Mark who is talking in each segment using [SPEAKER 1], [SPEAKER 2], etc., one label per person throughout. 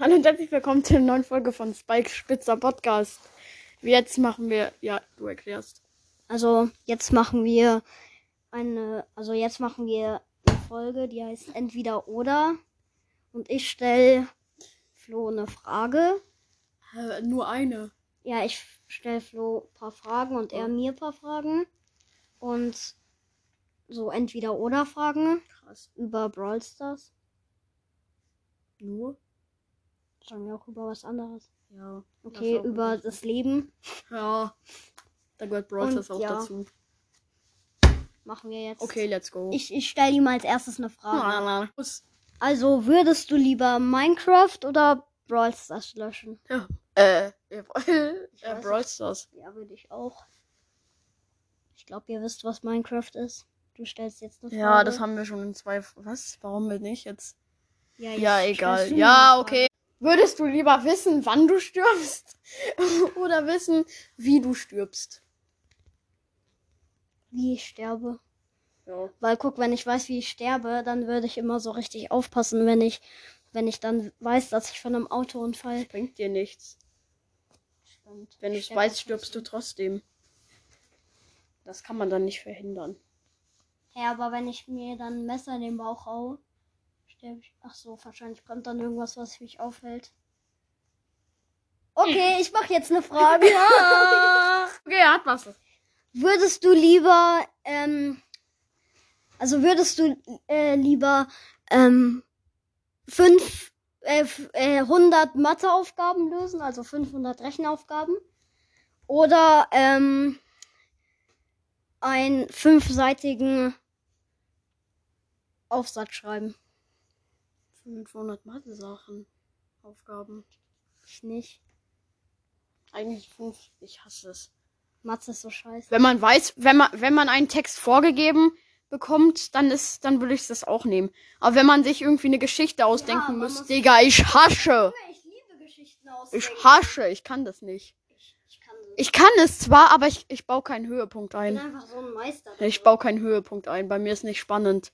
[SPEAKER 1] Hallo und herzlich willkommen zu einer neuen Folge von Spike Spitzer Podcast. Jetzt machen wir. Ja, du erklärst.
[SPEAKER 2] Also jetzt machen wir eine, also jetzt machen wir eine Folge, die heißt entweder oder. Und ich stelle Flo eine Frage.
[SPEAKER 1] Äh, nur eine.
[SPEAKER 2] Ja, ich stelle Flo ein paar Fragen und er mir ein paar Fragen. Und so entweder oder Fragen
[SPEAKER 1] Krass.
[SPEAKER 2] über Brawl Stars.
[SPEAKER 1] Nur?
[SPEAKER 2] Sagen wir auch über was anderes.
[SPEAKER 1] Ja.
[SPEAKER 2] Okay,
[SPEAKER 1] auch
[SPEAKER 2] über
[SPEAKER 1] gut.
[SPEAKER 2] das Leben
[SPEAKER 1] Ja. Da gehört Brawl Stars
[SPEAKER 2] Und
[SPEAKER 1] auch
[SPEAKER 2] ja.
[SPEAKER 1] dazu.
[SPEAKER 2] machen wir jetzt.
[SPEAKER 1] Okay, let's go.
[SPEAKER 2] Ich, ich stelle ihm als erstes eine Frage.
[SPEAKER 1] Na, na, na. Muss-
[SPEAKER 2] Also würdest du lieber Minecraft oder Brawl Stars löschen?
[SPEAKER 1] Äh, äh,
[SPEAKER 2] Ich weiß
[SPEAKER 1] Brawl Stars.
[SPEAKER 2] Ja, würde ich auch. Ich glaube, ihr wisst, was Minecraft ist. Du stellst jetzt eine Frage.
[SPEAKER 1] Ja, das haben wir schon in zwei. Was? Warum bin ich jetzt?
[SPEAKER 2] Ja,
[SPEAKER 1] Ja,
[SPEAKER 2] jetzt stellst
[SPEAKER 1] egal.
[SPEAKER 2] du mir
[SPEAKER 1] Ja,
[SPEAKER 2] eine
[SPEAKER 1] okay. Würdest du lieber wissen, wann du stirbst? oder wissen, wie du stirbst?
[SPEAKER 2] Frage. Wie ich sterbe.
[SPEAKER 1] Ja.
[SPEAKER 2] Weil guck, wenn ich weiß, wie ich sterbe, dann würde ich immer so richtig aufpassen, wenn ich, wenn ich dann weiß, dass ich von einem Autounfall.
[SPEAKER 1] Bringt dir nichts.
[SPEAKER 2] Stimmt.
[SPEAKER 1] Wenn du es weißt, stirbst du trotzdem. Das kann man dann nicht verhindern.
[SPEAKER 2] Ja, aber wenn ich mir dann ein Messer in den Bauch hau, sterbe ich. Ach so, wahrscheinlich kommt dann irgendwas, was mich aufhält. Okay, ich mache jetzt eine Frage.
[SPEAKER 1] Okay, er hat was.
[SPEAKER 2] Würdest du lieber, ähm, also würdest du äh, lieber ähm, fünf, äh, f- äh, 100 Matheaufgaben lösen, also 500 Rechenaufgaben, oder ähm, einen fünfseitigen Aufsatz schreiben?
[SPEAKER 1] 500 Mathe-Sachen. Aufgaben.
[SPEAKER 2] Ich nicht.
[SPEAKER 1] Eigentlich fünf. Ich hasse es.
[SPEAKER 2] Mathe ist so scheiße.
[SPEAKER 1] Wenn man weiß, wenn man, wenn man einen Text vorgegeben bekommt, dann ist, dann würde ich das auch nehmen. Aber wenn man sich irgendwie eine Geschichte ausdenken
[SPEAKER 2] man
[SPEAKER 1] muss,
[SPEAKER 2] muss-
[SPEAKER 1] Digga, ich hasche.
[SPEAKER 2] Ich liebe Geschichten
[SPEAKER 1] Ich hasche. Ich kann das nicht.
[SPEAKER 2] kann
[SPEAKER 1] Ich kann es zwar, aber ich, ich baue keinen Höhepunkt
[SPEAKER 2] bin
[SPEAKER 1] ein.
[SPEAKER 2] einfach so ein Meister.
[SPEAKER 1] Ich baue keinen Höhepunkt ein. Bei mir ist nicht spannend.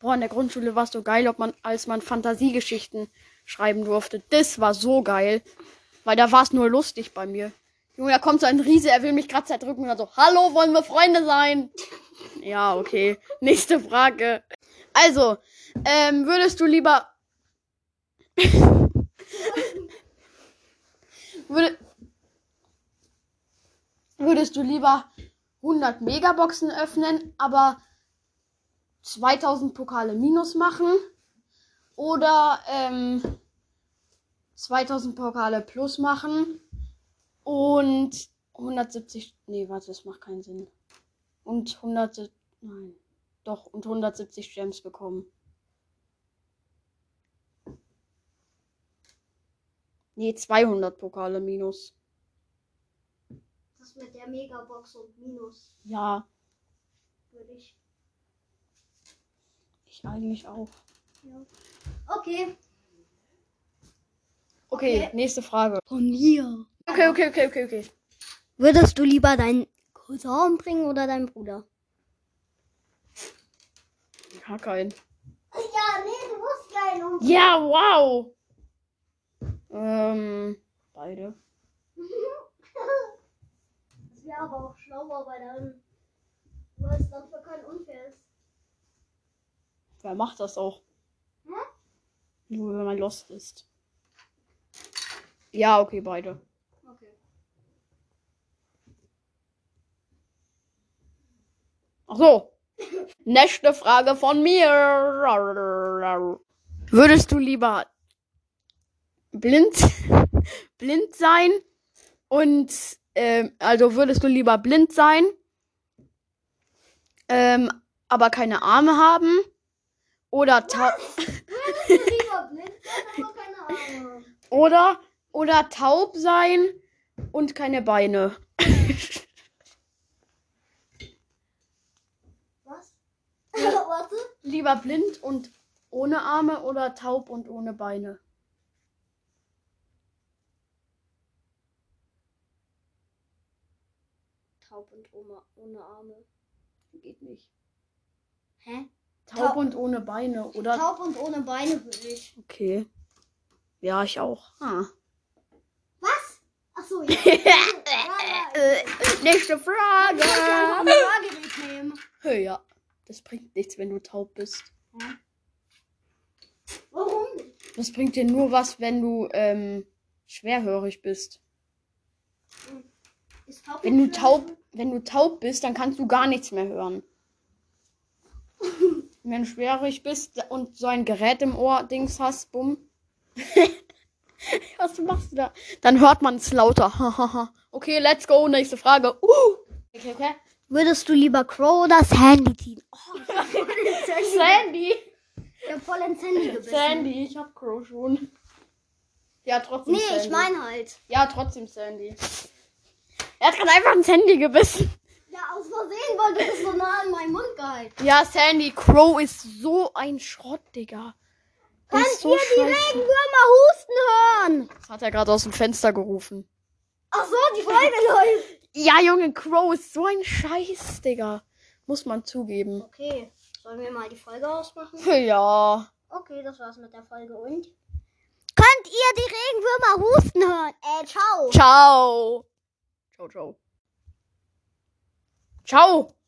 [SPEAKER 1] Boah, in der Grundschule war es so geil, ob man, als man Fantasiegeschichten schreiben durfte. Das war so geil. Weil da war es nur lustig bei mir. Junge, da kommt so ein Riese, er will mich gerade zerdrücken und dann so, hallo, wollen wir Freunde sein? Ja, okay. Nächste Frage. Also, ähm, würdest du lieber. Würde, würdest du lieber 100 Megaboxen öffnen, aber 2000 Pokale minus machen oder ähm, 2000 Pokale plus machen und 170 nee warte das macht keinen Sinn und 100 nein doch und 170 Gems bekommen nee 200 Pokale minus
[SPEAKER 2] Das mit der Megabox und Minus
[SPEAKER 1] ja
[SPEAKER 2] würde ich.
[SPEAKER 1] ich eigentlich auch
[SPEAKER 2] Okay.
[SPEAKER 1] okay,
[SPEAKER 2] Okay.
[SPEAKER 1] nächste Frage
[SPEAKER 2] Von mir.
[SPEAKER 1] okay okay okay okay okay
[SPEAKER 2] Würdest du lieber deinen Cousin umbringen oder deinen Bruder?
[SPEAKER 1] ja kein
[SPEAKER 2] Ja, nee, du musst keinen umbringen.
[SPEAKER 1] Ja, wow. Ähm, beide.
[SPEAKER 2] Das wäre aber auch schlauer, weil dann. Weil es dann für keinen unfair ist.
[SPEAKER 1] Wer macht das auch? Hm?
[SPEAKER 2] Hä?
[SPEAKER 1] Nur wenn man lost ist. Ja, okay, beide.
[SPEAKER 2] Okay.
[SPEAKER 1] Ach so. Nächste Frage von mir. Würdest du lieber blind, blind sein? Und, ähm, also würdest du lieber blind sein, ähm, aber keine Arme haben? Oder taub?
[SPEAKER 2] Würdest du lieber blind sein, aber keine Ahnung.
[SPEAKER 1] Oder, oder taub sein und keine Beine.
[SPEAKER 2] Was? Warte.
[SPEAKER 1] Lieber blind und ohne Arme oder taub und ohne Beine.
[SPEAKER 2] Taub und Oma ohne Arme.
[SPEAKER 1] Geht nicht.
[SPEAKER 2] Hä?
[SPEAKER 1] Taub
[SPEAKER 3] Taub.
[SPEAKER 1] und ohne Beine, oder?
[SPEAKER 2] Taub und ohne Beine will ich.
[SPEAKER 3] Okay. Ja, ich auch.
[SPEAKER 1] Ah.
[SPEAKER 2] Was? Achso, ja. ja, ja.
[SPEAKER 1] Äh,
[SPEAKER 3] nächste Frage.
[SPEAKER 2] Ich kann ein Hörgerät nehmen.
[SPEAKER 1] Hey, ja. Das bringt nichts, wenn du taub bist.
[SPEAKER 2] Warum nicht?
[SPEAKER 1] Das bringt dir nur was, wenn du ähm, schwerhörig bist.
[SPEAKER 2] Ist taub
[SPEAKER 1] Wenn du
[SPEAKER 2] nicht
[SPEAKER 1] taub, wenn du taub bist, dann kannst du gar nichts mehr hören. Und wenn du schwerhörig bist und so ein Gerät im Ohr Dings hast, bumm. Was machst du da? Dann hört man es lauter. okay, let's go. Nächste Frage. Uh. Okay, okay.
[SPEAKER 3] Würdest du lieber Crow oder Sandy ziehen?
[SPEAKER 2] Oh,
[SPEAKER 1] Sandy.
[SPEAKER 2] Ich hab voll ins Handy gebissen.
[SPEAKER 1] Sandy, ich hab Crow schon. Ja, trotzdem.
[SPEAKER 2] Nee,
[SPEAKER 1] Sandy.
[SPEAKER 2] ich meine halt.
[SPEAKER 1] Ja, trotzdem Sandy. Er hat gerade einfach ins Handy gebissen.
[SPEAKER 2] Ja, aus Versehen, weil du das so nah an meinen Mund gehalten.
[SPEAKER 1] Ja, Sandy, Crow ist so ein Schrott, Digga. Der ist so scheiße.
[SPEAKER 3] Regenwürmer husten hören?
[SPEAKER 1] Das hat er gerade aus dem Fenster gerufen.
[SPEAKER 2] Ach so, die Folge läuft.
[SPEAKER 1] Ja, Junge, Crow ist so ein Scheiß, Digga. Muss man zugeben.
[SPEAKER 2] Okay, sollen wir mal die Folge ausmachen?
[SPEAKER 1] Ja.
[SPEAKER 2] Okay, das war's mit der Folge und.
[SPEAKER 3] Könnt ihr die Regenwürmer husten hören?
[SPEAKER 2] Äh, ciao.
[SPEAKER 1] Ciao. Ciao, ciao. Ciao.